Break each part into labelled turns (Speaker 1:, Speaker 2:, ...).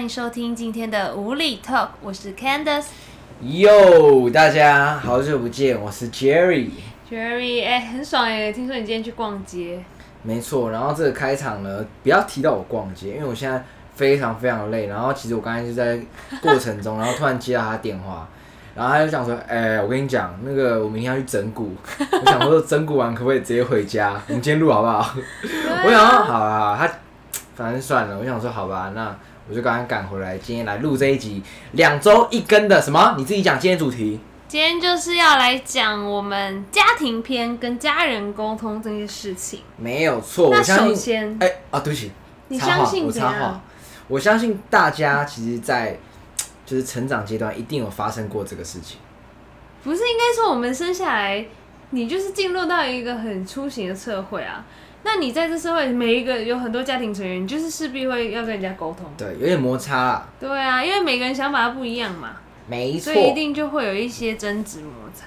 Speaker 1: 迎收听今天的无理 Talk，我是 Candace
Speaker 2: 哟，大家好久不见，我是 Jerry。
Speaker 1: Jerry，哎、很爽耶！听说你今天去逛街，
Speaker 2: 没错，然后这个开场呢，不要提到我逛街，因为我现在非常非常累。然后其实我刚才就在过程中，然后突然接到他电话，然后他就讲说：“哎、我跟你讲，那个我明天要去整骨，我想说整骨完可不可以直接回家？我们今天录好不好？”我想说好啊，他反正算了，我想说好吧，那我就刚刚赶回来，今天来录这一集两周一更的什么？你自己讲今天主题。
Speaker 1: 今天就是要来讲我们家庭篇跟家人沟通这件事情。
Speaker 2: 没有错，
Speaker 1: 那
Speaker 2: 我相
Speaker 1: 首
Speaker 2: 信。
Speaker 1: 先，
Speaker 2: 哎、啊，对不起，
Speaker 1: 你
Speaker 2: 插话
Speaker 1: 相信
Speaker 2: 我
Speaker 1: 怎
Speaker 2: 插话
Speaker 1: 样？，
Speaker 2: 我相信大家其实在，就是成长阶段一定有发生过这个事情。
Speaker 1: 不是应该说我们生下来，你就是进入到一个很出行的社会啊。那你在这社会，每一个有很多家庭成员，你就是势必会要跟人家沟通。
Speaker 2: 对，有点摩擦啦，
Speaker 1: 对啊，因为每个人想法不一样嘛。
Speaker 2: 没
Speaker 1: 所。
Speaker 2: 错
Speaker 1: 以一定就会有一些争执摩擦。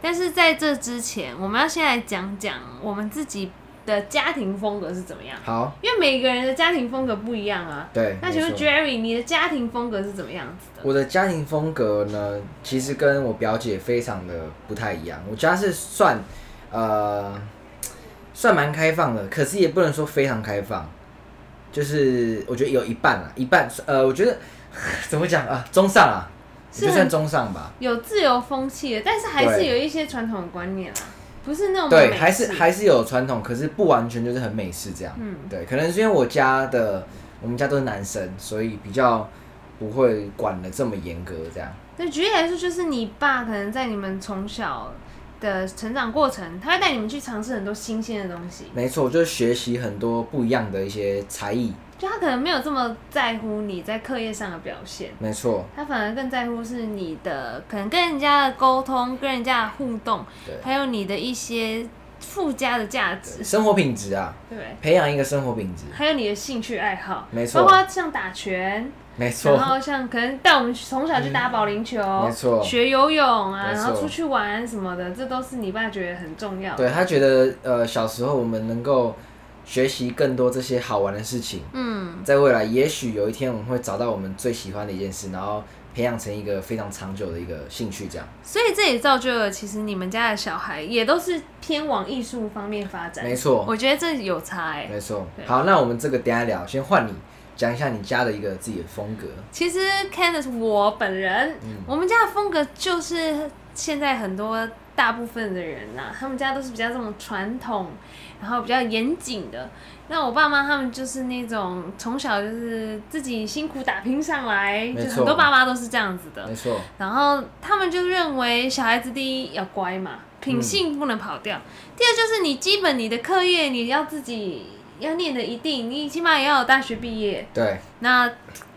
Speaker 1: 但是在这之前，我们要先来讲讲我们自己的家庭风格是怎么样，
Speaker 2: 好，
Speaker 1: 因为每个人的家庭风格不一样啊。
Speaker 2: 对。
Speaker 1: 那请问
Speaker 2: 没错
Speaker 1: Jerry，你的家庭风格是怎么样子的？
Speaker 2: 我的家庭风格呢，其实跟我表姐非常的不太一样。我家是算，呃，算蛮开放的，可是也不能说非常开放，就是我觉得有一半啦，一半，呃，我觉得 怎么讲啊，中上啊，
Speaker 1: 是
Speaker 2: 我就
Speaker 1: 很
Speaker 2: 算中上吧。
Speaker 1: 有自由风气的，但是还是
Speaker 2: 对
Speaker 1: 有一些传统的观念啊，不是那种
Speaker 2: 对，
Speaker 1: 美
Speaker 2: 还是
Speaker 1: 式
Speaker 2: 还是有传统，可是不完全就是很美式这样。
Speaker 1: 嗯
Speaker 2: 对，可能是因为我家的我们家都是男生，所以比较不会管的这么严格这样。
Speaker 1: 对，举例来说，就是你爸可能在你们从小的成长过程，他会带你们去尝试很多新鲜的东西，
Speaker 2: 没错，就是学习很多不一样的一些才艺。
Speaker 1: 就他可能没有这么在乎你在课业上的表现。
Speaker 2: 没错，
Speaker 1: 他反而更在乎是你的，可能跟人家的沟通、跟人家的互动，
Speaker 2: 对
Speaker 1: 还有你的一些附加的价值，
Speaker 2: 生活品质啊，
Speaker 1: 对不对？
Speaker 2: 培养一个生活品质。
Speaker 1: 还有你的兴趣爱好，
Speaker 2: 没错
Speaker 1: 包括像打拳，
Speaker 2: 没错嗯
Speaker 1: 然，后像可能带我们从小去打保龄球，
Speaker 2: 没错
Speaker 1: 学游泳啊，
Speaker 2: 没
Speaker 1: 然
Speaker 2: 错
Speaker 1: 后出去玩什么的，这都是你爸觉得很重要。
Speaker 2: 对他觉得呃，小时候我们能够学习更多这些好玩的事情，
Speaker 1: 嗯，
Speaker 2: 在未来也许有一天我们会找到我们最喜欢的一件事，然后培养成一个非常长久的一个兴趣这样。
Speaker 1: 所以这也造就了，其实你们家的小孩也都是偏往艺术方面发展。
Speaker 2: 没错，
Speaker 1: 我觉得这有差哎、
Speaker 2: 没错
Speaker 1: 对。
Speaker 2: 好，那我们这个等一下聊，先换你讲一下你家的一个自己的风格。
Speaker 1: 其实 Candice 我本人，
Speaker 2: 嗯
Speaker 1: 我们家的风格就是现在很多大部分的人呐、他们家都是比较这种传统，然后比较严谨的。那我爸妈他们就是那种从小就是自己辛苦打拼上来，
Speaker 2: 没
Speaker 1: 就
Speaker 2: 错
Speaker 1: 很多爸妈都是这样子的。
Speaker 2: 没错，
Speaker 1: 然后他们就认为小孩子第一要乖嘛，品性不能跑掉。第二就是你基本你的课业你要自己要念的一定，你起码也要有大学毕业。
Speaker 2: 对，
Speaker 1: 那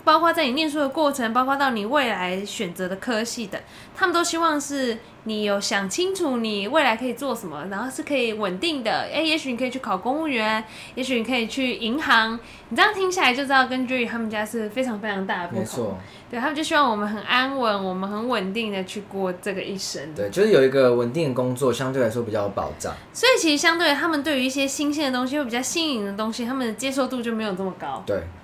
Speaker 1: 包括在你念书的过程，包括到你未来选择的科系等，他们都希望是你有想清楚你未来可以做什么，然后是可以稳定的。诶，也许你可以去考公务员，也许你可以去银行。你这样听下来就知道，跟 Jerry 他们家是非常非常大的不
Speaker 2: 没
Speaker 1: 同。
Speaker 2: 错，
Speaker 1: 对他们就希望我们很安稳，我们很稳定的去过这个一生。
Speaker 2: 对，就是有一个稳定的工作，相对来说比较有保障。
Speaker 1: 所以其实相对的他们对于一些新鲜的东西或比较新颖的东西，他们的接受度就没有这么高。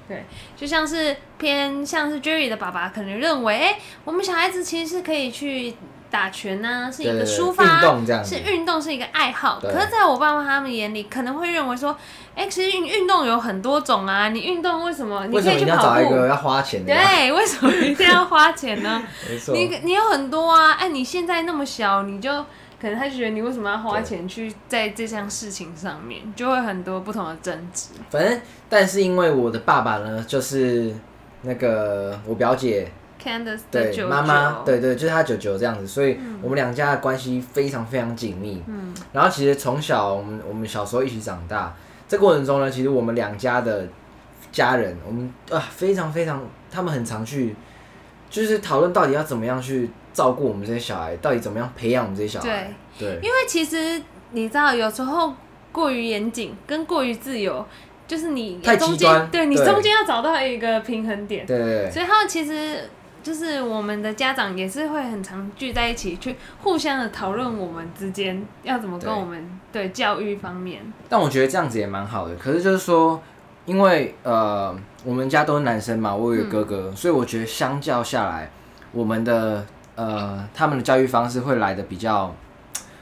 Speaker 2: 对，
Speaker 1: 就像是偏像是 Jerry 的爸爸可能认为，哎、我们小孩子其实是可以去打拳呐、是一
Speaker 2: 对
Speaker 1: 个
Speaker 2: 对对
Speaker 1: 抒
Speaker 2: 运
Speaker 1: 发，
Speaker 2: 动这样子
Speaker 1: 是。运动是一个爱好。
Speaker 2: 对
Speaker 1: 可是在我爸妈他们眼里，可能会认为说，哎、其实运运动有很多种啊，你运动为什么你
Speaker 2: 为什
Speaker 1: 可以
Speaker 2: 么一
Speaker 1: 去
Speaker 2: 定要
Speaker 1: 跑
Speaker 2: 找一个
Speaker 1: 步？
Speaker 2: 要花钱的呀？
Speaker 1: 对，为什么一定要花钱 呢？
Speaker 2: 没错，
Speaker 1: 你你有很多啊，哎、你现在那么小，你就可能他就觉得你为什么要花钱去在这项事情上面，就会很多不同的争执。
Speaker 2: 反正但是因为我的爸爸呢，就是那个我表姐
Speaker 1: Candace 的
Speaker 2: 对
Speaker 1: 舅
Speaker 2: 妈妈
Speaker 1: 舅，
Speaker 2: 对对，就是他舅舅这样子，所以我们两家的关系非常非常紧密。嗯，然后其实从小我们我们小时候一起长大，这过程中呢，其实我们两家的家人，我们啊非常非常，他们很常去就是讨论到底要怎么样去照顾我们这些小孩，到底怎么样培养我们这些小孩。对
Speaker 1: 因为其实你知道，有时候过于严谨跟过于自由，就是你
Speaker 2: 太
Speaker 1: 中
Speaker 2: 极
Speaker 1: 间
Speaker 2: 端
Speaker 1: 对你
Speaker 2: 对
Speaker 1: 中间要找到一个平衡点。
Speaker 2: 对对对，
Speaker 1: 所以他们其实就是我们的家长也是会很常聚在一起，去互相的讨论我们之间要怎么跟
Speaker 2: 对
Speaker 1: 我们对教育方面。
Speaker 2: 但我觉得这样子也蛮好的。可是就是说，因为呃，我们家都是男生嘛，我有一个哥哥，所以我觉得相较下来，我们的呃他们的教育方式会来的比较，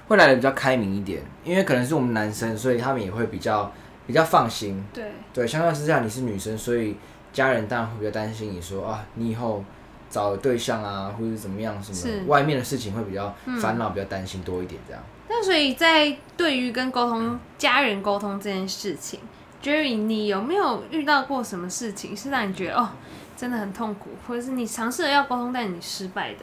Speaker 2: 会来的比较开明一点，因为可能是我们男生，所以他们也会比较比较放心。
Speaker 1: 对，
Speaker 2: 对，相较之下你是女生，所以家人当然会比较担心你说啊，你以后找对象啊，或者怎么样什么
Speaker 1: 是
Speaker 2: 的，外面的事情会比较烦恼、比较担心多一点这样。
Speaker 1: 那所以在对于跟沟通家人沟通这件事情，Jerry，你有没有遇到过什么事情是让你觉得哦，真的很痛苦，或者是你尝试了要沟通但你失败的？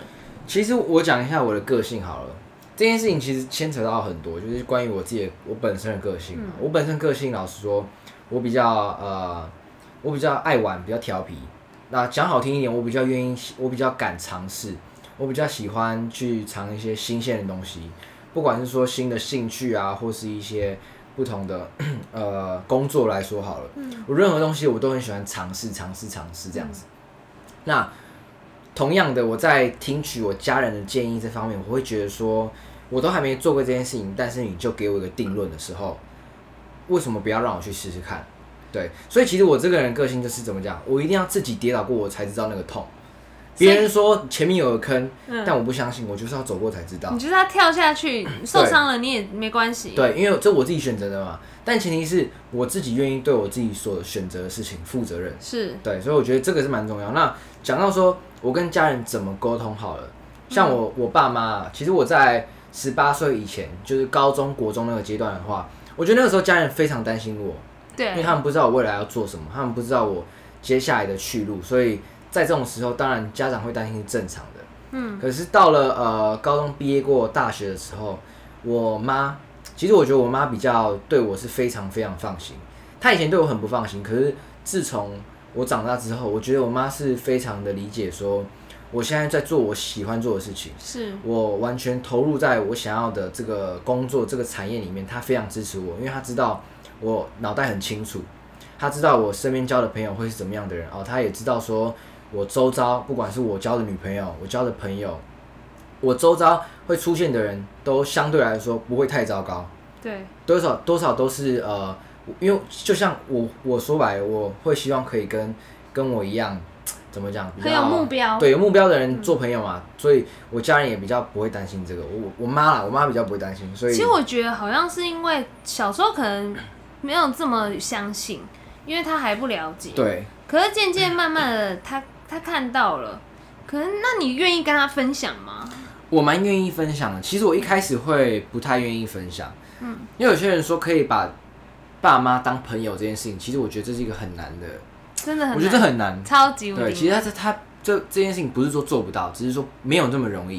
Speaker 2: 其实我讲一下我的个性好了，这件事情其实牵扯到很多，就是关于我自己的我本身的个性嘛。我本身个性老实说，我比较呃，我比较爱玩，比较调皮。那讲好听一点，我比较愿意，我比较敢尝试，我比较喜欢去尝一些新鲜的东西，不管是说新的兴趣啊，或是一些不同的呃工作来说好了，我任何东西我都很喜欢尝试、尝试、尝试这样子。那同样的，我在听取我家人的建议这方面，我会觉得说，我都还没做过这件事情，但是你就给我一个定论的时候，为什么不要让我去试试看？对，所以其实我这个人个性就是怎么讲，我一定要自己跌倒过，我才知道那个痛。
Speaker 1: 所以
Speaker 2: 别人说前面有个坑，
Speaker 1: 嗯
Speaker 2: 但我不相信，我就是要走过才知道
Speaker 1: 你。就是他跳下去受伤了，你也没关系。
Speaker 2: 对，因为这我自己选择的嘛，但前提是我自己愿意对我自己所选择的事情负责任。
Speaker 1: 是，
Speaker 2: 对，所以我觉得这个是蛮重要。那讲到说我跟家人怎么沟通好了，像我我爸妈，啊其实我在十八岁以前，就是高中国中那个阶段的话，我觉得那个时候家人非常担心我，因为
Speaker 1: 对，
Speaker 2: 他们不知道我未来要做什么，他们不知道我接下来的去路，所以在这种时候，当然家长会担心是正常的。
Speaker 1: 嗯，
Speaker 2: 可是到了呃高中毕业过大学的时候，我妈其实我觉得我妈比较对我是非常非常放心，她以前对我很不放心，可是自从我长大之后，我觉得我妈是非常的理解说我现在在做我喜欢做的事情。
Speaker 1: 是，
Speaker 2: 我完全投入在我想要的这个工作这个产业里面，他非常支持我，因为他知道我脑袋很清楚，他知道我身边交的朋友会是怎么样的人哦，他也知道说我周遭不管是我交的女朋友，我交的朋友，我周遭会出现的人都相对来说不会太糟糕，
Speaker 1: 对，
Speaker 2: 多少多少都是呃，因为就像我我说白了，我会希望可以跟跟我一样，怎么讲，比
Speaker 1: 很
Speaker 2: 较
Speaker 1: 有目标。嗯
Speaker 2: 对有目标的人做朋友嘛，所以我家人也比较不会担心这个。我我妈啦，我妈比较不会担心，所以
Speaker 1: 其实我觉得好像是因为小时候可能没有这么相信，因为他还不了解。
Speaker 2: 对
Speaker 1: 可是渐渐慢慢的，他他看到了，可是那你愿意跟他分享吗？
Speaker 2: 我蛮愿意分享的。其实我一开始会不太愿意分享，嗯，因为有些人说可以把爸妈当朋友这件事情，其实我觉得这是一个很难的，
Speaker 1: 真的很
Speaker 2: 我
Speaker 1: 难，
Speaker 2: 觉得很难。
Speaker 1: 超级无敌
Speaker 2: 对，
Speaker 1: 难。
Speaker 2: 其实他他他这这件事情不是说做不到，只是说没有那么容易。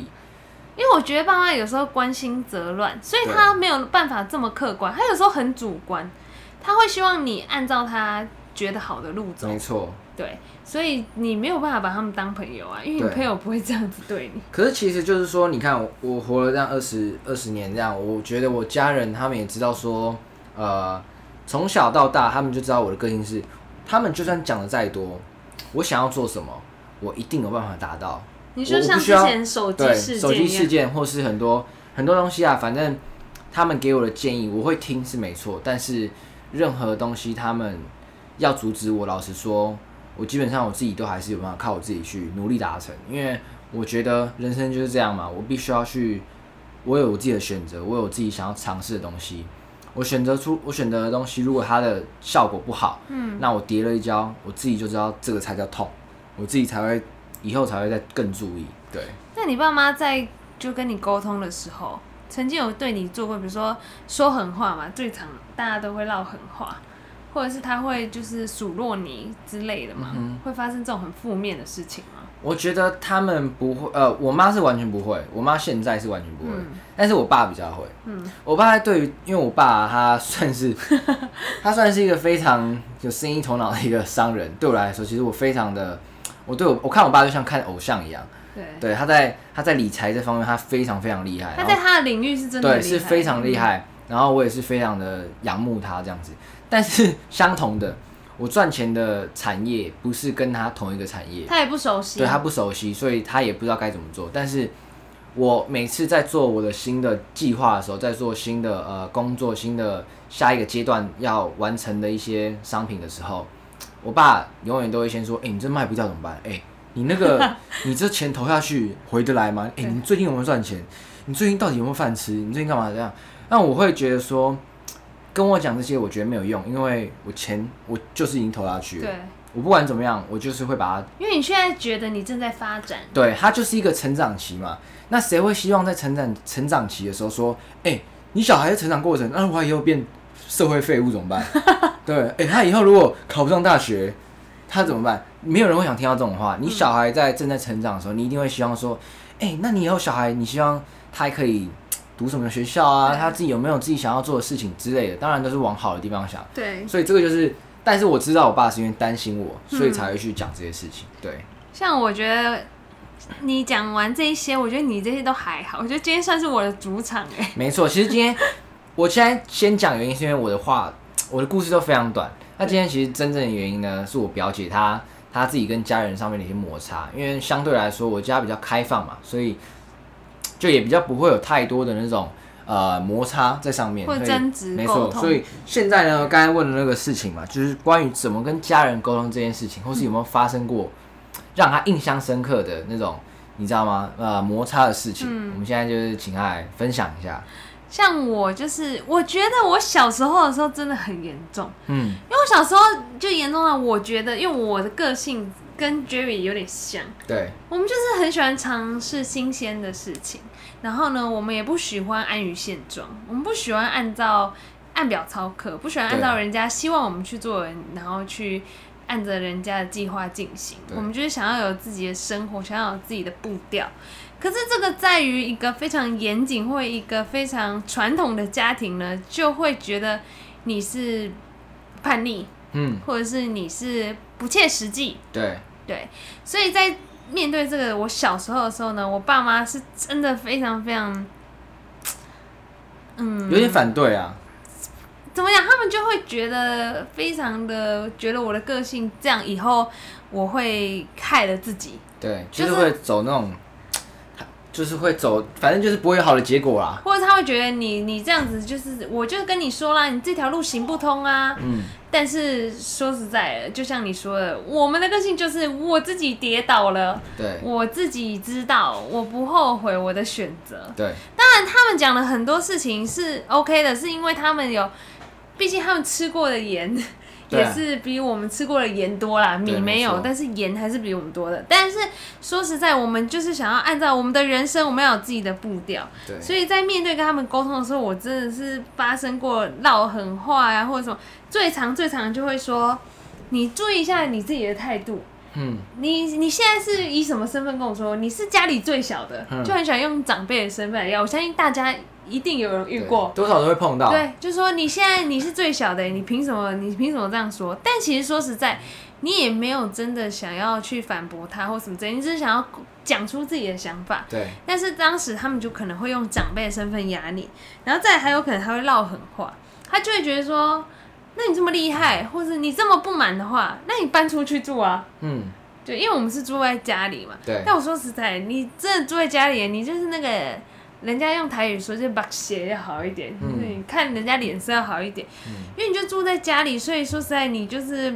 Speaker 1: 因为我觉得爸妈有时候关心则乱，所以他没有办法这么客观，他有时候很主观，他会希望你按照他觉得好的路走
Speaker 2: 没。错，
Speaker 1: 对，所以你没有办法把他们当朋友啊，因为你
Speaker 2: 对
Speaker 1: 朋友不会这样子对你。
Speaker 2: 可是其实就是说，你看我我活了这样二十二十年这样，我觉得我家人他们也知道说，呃，从小到大他们就知道我的个性是，他们就算讲的再多，我想要做什么，我一定有办法达到。
Speaker 1: 你说
Speaker 2: 我
Speaker 1: 像
Speaker 2: 不需
Speaker 1: 之
Speaker 2: 要
Speaker 1: 前手机
Speaker 2: 对，
Speaker 1: 事
Speaker 2: 手
Speaker 1: 件
Speaker 2: 机
Speaker 1: 一
Speaker 2: 事
Speaker 1: 样，
Speaker 2: 件或是很多很多东西啊，反正他们给我的建议我会听是没错，但是任何东西他们要阻止我，老实说，我基本上我自己都还是有办法靠我自己去努力达成，因为我觉得人生就是这样嘛，我必须要去，我有我自己的选择，我有自己想要尝试的东西。我选择出我选择的东西，如果它的效果不好，嗯，那我跌了一跤，我自己就知道这个才叫痛，我自己才会以后才会再更注意。对，
Speaker 1: 那你爸妈在就跟你沟通的时候，曾经有对你做过，比如说说狠话嘛，最常大家都会唠狠话，或者是他会就是数落你之类的嘛，
Speaker 2: 嗯
Speaker 1: 会发生这种很负面的事情吗？
Speaker 2: 我觉得他们不会，呃，我妈是完全不会，我妈现在是完全不会，
Speaker 1: 嗯
Speaker 2: 但是我爸比较会。嗯，我爸对于，因为我爸、他 算是，他算是一个非常有生意头脑的一个商人。对我来说，其实我非常的，我对我我看我爸就像看偶像一样。
Speaker 1: 对，
Speaker 2: 对，他在他在理财这方面，他非常非常厉害。
Speaker 1: 他
Speaker 2: 然
Speaker 1: 在
Speaker 2: 后
Speaker 1: 他的领域是真的
Speaker 2: 对
Speaker 1: 很厉害嗯
Speaker 2: 是非常厉害，然后我也是非常的仰慕他这样子。但是相同的，我赚钱的产业不是跟他同一个产业。
Speaker 1: 他也不熟悉，啊
Speaker 2: 对他不熟悉，所以他也不知道该怎么做。但是我每次在做我的新的计划的时候，在做新的呃工作、新的下一个阶段要完成的一些商品的时候，我爸永远都会先说：“哎、你这卖不掉怎么办？哎、你那 个你这钱投下去回得来吗？哎、
Speaker 1: 对
Speaker 2: 你最近有没有赚钱？你最近到底有没有饭吃？你最近干嘛这样？”那我会觉得说，跟我讲这些，我觉得没有用，因为我钱我就是已经投下去了，
Speaker 1: 对，
Speaker 2: 我不管怎么样，我就是会把它
Speaker 1: 因为你现在觉得你正在发展，
Speaker 2: 对，它就是一个成长期嘛。那谁会希望在成长成长期的时候说，哎、你小孩在成长过程，那、如果他以后变社会废物怎么办？ 对，哎、他以后如果考不上大学，他怎么办？没有人会想听到这种话。你小孩在正在成长的时候，你一定会希望说，哎、那你以后小孩，你希望他可以读什么学校啊？
Speaker 1: 对
Speaker 2: 他自己有没有自己想要做的事情之类的？当然都是往好的地方想。
Speaker 1: 对，
Speaker 2: 所以这个就是，但是我知道我爸是因为担心我，所以才会去讲这些事情。对。
Speaker 1: 像我觉得你讲完这一些，我觉得你这些都还好，我觉得今天算是我的主场哎、
Speaker 2: 没错，其实今天我现在先讲原因，是因为我的话，我的故事都非常短。那今天其实真正的原因呢，是我表姐她她自己跟家人上面的一些摩擦，因为相对来说我家比较开放嘛，所以就也比较不会有太多的那种呃摩擦在上面，
Speaker 1: 或者
Speaker 2: 所以
Speaker 1: 争执
Speaker 2: 没
Speaker 1: 沟
Speaker 2: 错，
Speaker 1: 通
Speaker 2: 所以现在呢，刚才问的那个事情嘛，就是关于怎么跟家人沟通这件事情，或是有没有发生过让他印象深刻的那种，你知道吗？呃，摩擦的事情，
Speaker 1: 嗯
Speaker 2: 我们现在就是请他来分享一下。
Speaker 1: 像我就是，我觉得我小时候的时候真的很严重，
Speaker 2: 嗯，
Speaker 1: 因为我小时候就严重到我觉得，因为我的个性跟 Jerry 有点像，
Speaker 2: 对，
Speaker 1: 我们就是很喜欢尝试新鲜的事情，然后呢，我们也不喜欢安于现状，我们不喜欢按照按表操课，不喜欢按照人家希望我们去做，然后去按着人家的计划进行。
Speaker 2: 对
Speaker 1: 我们就是想要有自己的生活，想要有自己的步调。可是这个在于一个非常严谨或一个非常传统的家庭呢，就会觉得你是叛逆，
Speaker 2: 嗯，
Speaker 1: 或者是你是不切实际，
Speaker 2: 对，
Speaker 1: 对，所以在面对这个我小时候的时候呢，我爸妈是真的非常非常，嗯，
Speaker 2: 有点反对啊。
Speaker 1: 怎么讲？他们就会觉得非常的觉得我的个性这样，以后我会害了自己，
Speaker 2: 对，
Speaker 1: 就
Speaker 2: 就是是会走那种，就是会走，反正就是不会有好的结果啊啦。
Speaker 1: 或者他会觉得你你这样子就是，我就跟你说啦，你这条路行不通啊。
Speaker 2: 嗯，
Speaker 1: 但是说实在的，就像你说的，我们的个性就是我自己跌倒了，
Speaker 2: 对，
Speaker 1: 我自己知道，我不后悔我的选择。
Speaker 2: 对，
Speaker 1: 他们讲的很多事情是 OK 的，是因为他们有，毕竟他们吃过的盐、
Speaker 2: 对
Speaker 1: 也
Speaker 2: 啊
Speaker 1: 是比我们吃过的盐多啦，米
Speaker 2: 对
Speaker 1: 没
Speaker 2: 没
Speaker 1: 有
Speaker 2: 错，
Speaker 1: 但是盐还是比我们多的。但是说实在，我们就是想要按照我们的人生，我们要有自己的步调。
Speaker 2: 对，
Speaker 1: 所以在面对跟他们沟通的时候，我真的是发生过唠狠话呀、或者什么，最常最常就会说，你注意一下你自己的态度。
Speaker 2: 嗯，
Speaker 1: 你你现在是以什么身份跟我说？你是家里最小的，
Speaker 2: 嗯
Speaker 1: 就很喜欢用长辈的身份来要。我相信大家一定有人遇
Speaker 2: 对
Speaker 1: 过，
Speaker 2: 多少都会碰到。
Speaker 1: 对，就说你现在你是最小的，你凭什么？你凭什么这样说？但其实说实在，你也没有真的想要去反驳他或什么之类，你只是想要讲出自己的想法。
Speaker 2: 对，
Speaker 1: 但是当时他们就可能会用长辈的身份压你，然后再来还有可能他会唠狠话，他就会觉得说，那你这么厉害，或者你这么不满的话，那你搬出去住啊。
Speaker 2: 嗯，
Speaker 1: 对，因为我们是住在家里嘛。
Speaker 2: 对，
Speaker 1: 但我说实在，你真的住在家里，你就是那个人家用台语说，就是把鞋要好一点，
Speaker 2: 嗯
Speaker 1: 就是你看人家脸色要好一点，
Speaker 2: 嗯
Speaker 1: 因为你就住在家里，所以说实在你就是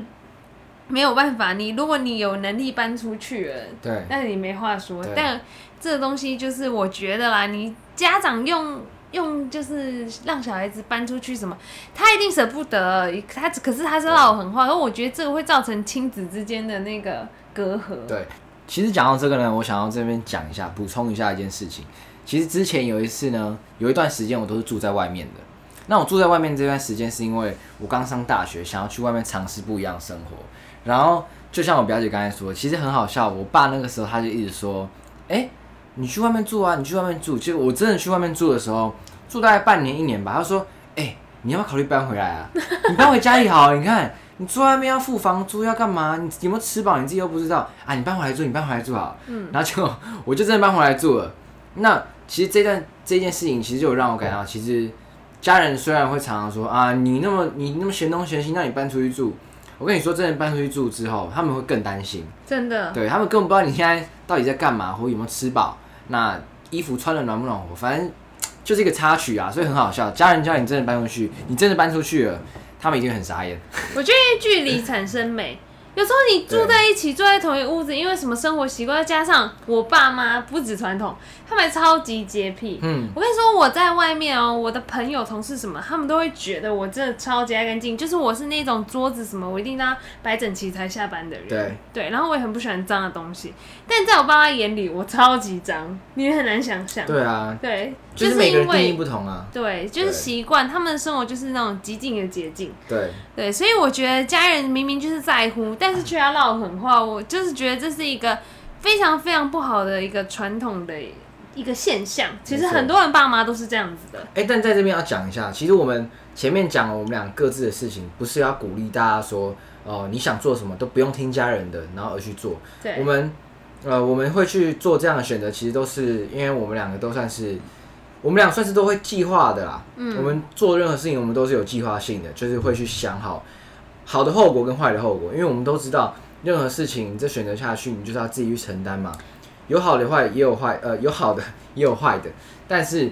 Speaker 1: 没有办法。你如果你有能力搬出去了，
Speaker 2: 对，
Speaker 1: 那你没话说
Speaker 2: 对。
Speaker 1: 但这个东西就是我觉得啦，你家长用。用就是让小孩子搬出去什么，他一定舍不得，他可是他是唠狠话，而我觉得这个会造成亲子之间的那个隔阂。
Speaker 2: 对，其实讲到这个呢，我想要这边讲一下，补充一下一件事情。其实之前有一次呢，有一段时间我都是住在外面的。那我住在外面这段时间，是因为我刚上大学，想要去外面尝试不一样的生活。然后就像我表姐刚才说，其实很好笑。我爸那个时候他就一直说：“哎、你去外面住啊，你去外面住。”结果我真的去外面住的时候，住大概半年一年吧。他说：“哎、你要不要考虑搬回来啊？ 你搬回家里好了，你看你住外面要付房租，要干嘛？你有没有吃饱你自己又不知道啊？你搬回来住，你搬回来住好。”嗯，然后就 我就真的搬回来住了。那其实这段这件事情，其实就有让我感到，其实家人虽然会常常说啊，你那么你那么嫌东嫌西，那你搬出去住。我跟你说，真的搬出去住之后，他们会更担心，
Speaker 1: 真的，
Speaker 2: 对他们根本不知道你现在到底在干嘛，或有没有吃饱。那衣服穿的暖不暖和，反正就是一个插曲啊，所以很好笑。家人叫你真的搬出去，你真的搬出去了，他们一定很傻眼。
Speaker 1: 我觉得距离产生美。有时候你住在一起，住在同一个屋子，因为什么生活习惯，再加上我爸妈不止传统，他们超级洁癖。
Speaker 2: 嗯，
Speaker 1: 我跟你说，我在外面哦，我的朋友、同事什么，他们都会觉得我真的超级爱干净，就是我是那种桌子什么，我一定让它摆整齐才下班的人。
Speaker 2: 对
Speaker 1: 嗯然后我也很不喜欢脏的东西，但在我爸妈眼里，我超级脏，你也很难想象。
Speaker 2: 对啊，
Speaker 1: 对，
Speaker 2: 就是
Speaker 1: 是
Speaker 2: 每个
Speaker 1: 因
Speaker 2: 人定义
Speaker 1: 为
Speaker 2: 不同啊。
Speaker 1: 对，就是
Speaker 2: 对
Speaker 1: 习惯，他们的生活就是那种极尽的捷径。
Speaker 2: 对，
Speaker 1: 对，所以我觉得家人明明就是在乎，但是却要唠狠话，我就是觉得这是一个非常非常不好的一个传统的一个现象。其实
Speaker 2: 没错
Speaker 1: 很多人爸妈都是这样子的，
Speaker 2: 哎、但在这边要讲一下，其实我们前面讲了我们俩各自的事情，不是要鼓励大家说，哦、你想做什么都不用听家人的，然后而去做。我
Speaker 1: 对，
Speaker 2: 们呃，我们会去做这样的选择，其实都是因为我们两个都算是，我们俩算是都会计划的啦。嗯，我们做任何事情，我们都是有计划性的，就是会去想好好的后果跟坏的后果，因为我们都知道任何事情你这选择下去，你就是要自己去承担嘛。有好的坏，也有坏，呃，有好的 也有坏的，但是。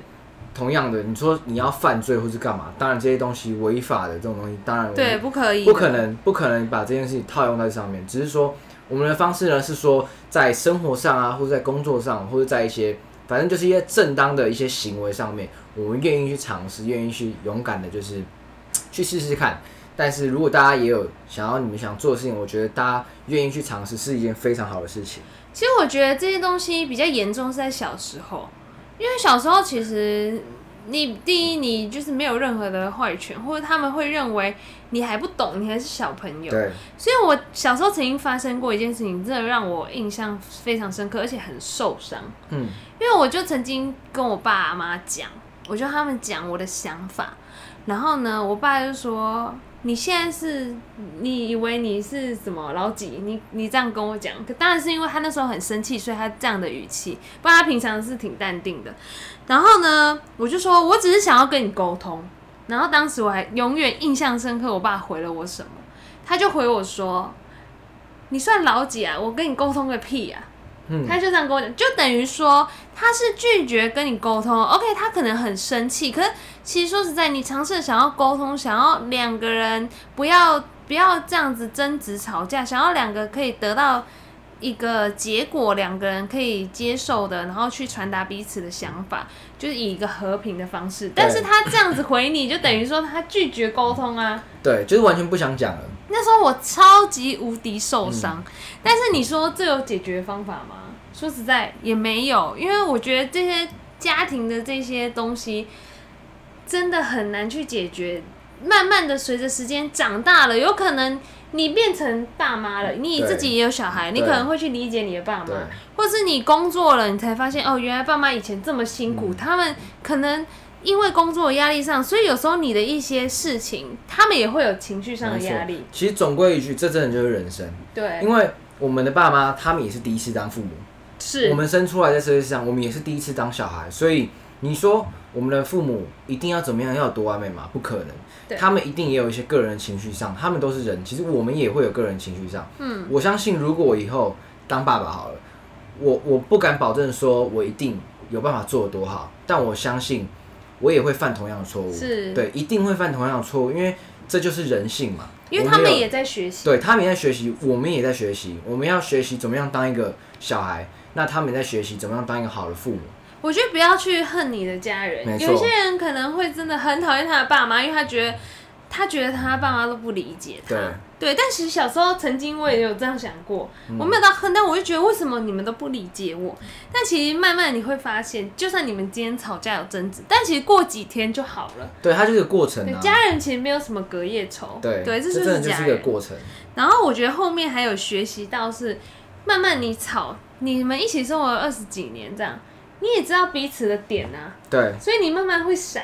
Speaker 2: 同样的，你说你要犯罪或是干嘛？当然这些东西违法的这种东西，当然我们
Speaker 1: 对，不可以，
Speaker 2: 不可，能，不可能把这件事情套用在上面。只是说，我们的方式呢是说，在生活上啊，或者在工作上，或者在一些反正就是一些正当的一些行为上面，我们愿意去尝试，愿意去勇敢的，就是去试试看。但是如果大家也有想要你们想做的事情，我觉得大家愿意去尝试是一件非常好的事情。
Speaker 1: 其实我觉得这些东西比较严重是在小时候，因为小时候其实你第一你就是没有任何的话语权，或者他们会认为你还不懂，你还是小朋友。
Speaker 2: 对，
Speaker 1: 所以我小时候曾经发生过一件事情，真的让我印象非常深刻，而且很受伤。
Speaker 2: 嗯，
Speaker 1: 因为我就曾经跟我爸妈讲，我就跟他们讲我的想法，然后呢，我爸就说：“你现在是，你以为你是什么老几？你你这样跟我讲，可当然是因为他那时候很生气，所以他这样的语气，不然他平常是挺淡定的。然后呢，我就说我只是想要跟你沟通。然后当时我还永远印象深刻，我爸回了我什么？他就回我说：“你算老几啊？我跟你沟通个屁啊！”
Speaker 2: 嗯
Speaker 1: 他就这样跟我讲，就等于说他是拒绝跟你沟通。OK，他可能很生气，可是其实说实在，你尝试想要沟通，想要两个人不要不要这样子争执吵架，想要两个可以得到一个结果，两个人可以接受的，然后去传达彼此的想法，就是以一个和平的方式。但是他这样子回你，就等于说他拒绝沟通啊。
Speaker 2: 对，就是完全不想讲了。
Speaker 1: 那时候我超级无敌受伤，
Speaker 2: 嗯
Speaker 1: 但是你说这有解决方法吗？说实在也没有，因为我觉得这些家庭的这些东西真的很难去解决。慢慢的，随着时间长大了，有可能你变成爸妈了，你
Speaker 2: 对
Speaker 1: 自己也有小孩，你
Speaker 2: 嗯对
Speaker 1: 可能会去理解你的爸妈
Speaker 2: 对，，
Speaker 1: 或是你工作了，你才发现哦，原来爸妈以前这么辛
Speaker 2: 嗯
Speaker 1: 苦，他们可能因为工作的压力上，所以有时候你的一些事情，他们也会有情绪上的
Speaker 2: 没错
Speaker 1: 压力。
Speaker 2: 其实总归一句，这真的就是人生，
Speaker 1: 对，
Speaker 2: 因为我们的爸妈他们也是第一次当父母。
Speaker 1: 是
Speaker 2: 我们生出来在这世界上，我们也是第一次当小孩，所以你说我们的父母一定要怎么样，要有多完美吗？不可
Speaker 1: 对
Speaker 2: 能，他们一定也有一些个人情绪上，他们都是人，其实我们也会有个人情绪上。嗯，我相信如果我以后当爸爸好了，我我不敢保证说我一定有办法做得多好，但我相信我也会犯同样的错误，
Speaker 1: 是
Speaker 2: 对，一定会犯同样的错误，因为这就是人性嘛。
Speaker 1: 因为
Speaker 2: 我
Speaker 1: 他
Speaker 2: 有
Speaker 1: 们也在学习，
Speaker 2: 对他们也在学习，我们也在学习，我们要学习怎么样当一个小孩，那他们也在学习怎么样当一个好的父母。
Speaker 1: 我觉得不要去恨你的家人，
Speaker 2: 没错
Speaker 1: 有一些人可能会真的很讨厌他的爸妈，因为他觉得他觉得他爸妈都不理解他。
Speaker 2: 对
Speaker 1: 对，但其实小时候曾经我也有这样想过，
Speaker 2: 嗯
Speaker 1: 我没有到恨，但我就觉得为什么你们都不理解我？但其实慢慢你会发现，就算你们今天吵架有争执，但其实过几天就好了。
Speaker 2: 对，它就是个过程
Speaker 1: 对，
Speaker 2: 啊。
Speaker 1: 家人其实没有什么隔夜仇。
Speaker 2: 对
Speaker 1: 对，这就
Speaker 2: 真的
Speaker 1: 是
Speaker 2: 就
Speaker 1: 家
Speaker 2: 是一个
Speaker 1: 人。
Speaker 2: 过程。
Speaker 1: 然后我觉得后面还有学习到是，慢慢你吵，你们一起生活了二十几年这样，你也知道彼此的点啊，
Speaker 2: 对
Speaker 1: 所以你慢慢会闪，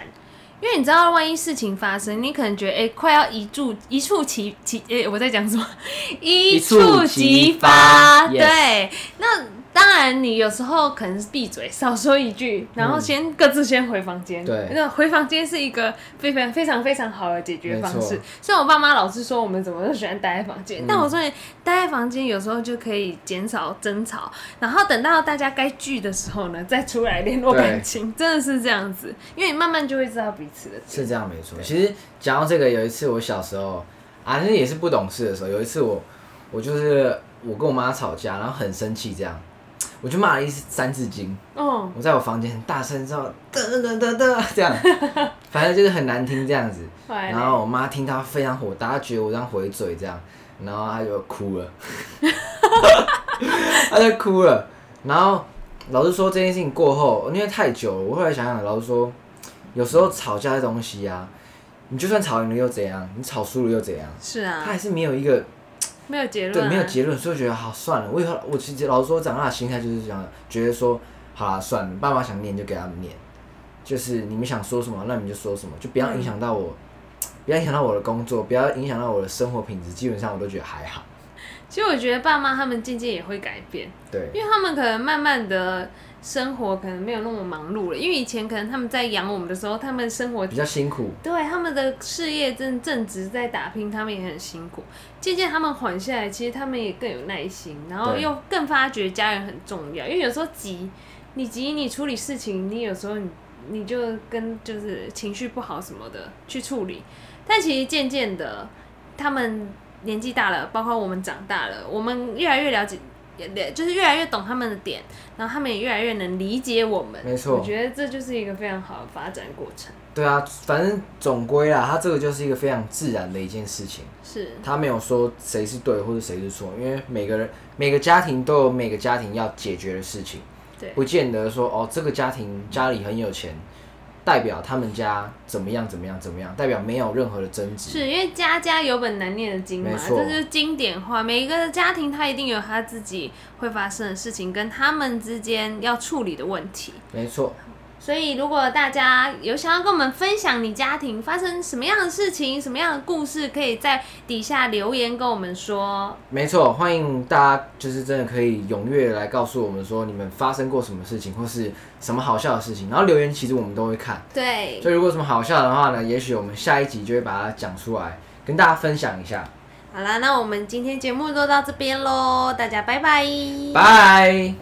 Speaker 1: 因为你知道万一事情发生，你可能觉得哎、诶快要一触一触即 即哎、我在讲什么？一
Speaker 2: 触即
Speaker 1: 即
Speaker 2: 发
Speaker 1: 对
Speaker 2: yes，
Speaker 1: 那当然，你有时候可能是闭嘴少说一句，然后先各自先回房间。
Speaker 2: 对
Speaker 1: 那回房间是一个非常非常非常好的解决方
Speaker 2: 没
Speaker 1: 式
Speaker 2: 错。嗯
Speaker 1: 虽然我爸妈老是说我们怎么都喜欢待在房间，但我说待在房间有时候就可以减少争吵，然后等到大家该聚的时候呢，再出来联络
Speaker 2: 对
Speaker 1: 感情，真的是这样子，因为你慢慢就会知道彼此的。
Speaker 2: 是这样没错。其实讲到这个，有一次我小时候啊，那也是不懂事的时候，有一次我我就是我跟我妈吵架，然后很生气这样，我就骂了一三字经，
Speaker 1: 嗯，
Speaker 2: 我在我房间很大声之后，噔噔噔噔这样，反正就是很难听这样子。
Speaker 1: 后来
Speaker 2: 然
Speaker 1: 呢？
Speaker 2: 后我妈听到非常火大，她觉得我这样回嘴这样，然后她就哭了， 她就哭了。然后老师说这件事情过后，因为太久了，我后来想想，老师说有时候吵架的东西啊，你就算吵赢了又怎样，你吵输了又怎样，
Speaker 1: 是
Speaker 2: 他
Speaker 1: 啊，
Speaker 2: 还是没有一个
Speaker 1: 没有结论、
Speaker 2: 对
Speaker 1: 啊，
Speaker 2: 没有结论，所以我觉得好算了。我以后我其实老实说，长大的心态就是想，觉得说好啦算了，爸妈想念就给他们念，就是你们想说什么，那你们就说什么，就
Speaker 1: 嗯
Speaker 2: 不要影响到我，不要影响到我的工作，不要影响到我的生活品质，基本上我都觉得还好。
Speaker 1: 其实我觉得爸妈他们渐渐也会改变。
Speaker 2: 对，
Speaker 1: 因为他们可能慢慢的生活可能没有那么忙碌了，因为以前可能他们在养我们的时候，他们生活
Speaker 2: 比较辛苦，
Speaker 1: 对他们的事业正正职在打拼，他们也很辛苦。渐渐他们缓下来，其实他们也更有耐心，然后
Speaker 2: 对
Speaker 1: 又更发觉家人很重要，因为有时候急，你急你处理事情，你有时候你你就跟就是情绪不好什么的去处理，但其实渐渐的，他们年纪大了，包括我们长大了，我们越来越了解。也了就是越来越懂他们的点，然后他们也越来越能理解我们。
Speaker 2: 没错
Speaker 1: 我觉得这就是一个非常好的发展过程。
Speaker 2: 对啊，反正总归啦，他这个就是一个非常自然的一件事情，
Speaker 1: 是，
Speaker 2: 他没有说谁是对或者谁是错，因为每个人每个家庭都有每个家庭要解决的事情。
Speaker 1: 对。
Speaker 2: 不见得说哦，这个家庭家里很有钱，代表他们家怎么样怎么样怎么样，代表没有任何的争执。
Speaker 1: 是因为家家有本难念的经嘛
Speaker 2: 没，错
Speaker 1: 这就是经典话。每一个家庭他一定有他自己会发生的事情，跟他们之间要处理的问题。
Speaker 2: 没错，
Speaker 1: 所以，如果大家有想要跟我们分享你家庭发生什么样的事情、什么样的故事，可以在底下留言跟我们说。
Speaker 2: 没错，欢迎大家就是真的可以踊跃来告诉我们说你们发生过什么事情，或是什么好笑的事情。然后留言其实我们都会看，
Speaker 1: 对，
Speaker 2: 所以如果有什么好笑的话呢，也许我们下一集就会把它讲出来，跟大家分享一下。
Speaker 1: 嗯好啦，那我们今天节目就到这边喽，大家拜拜。
Speaker 2: 拜。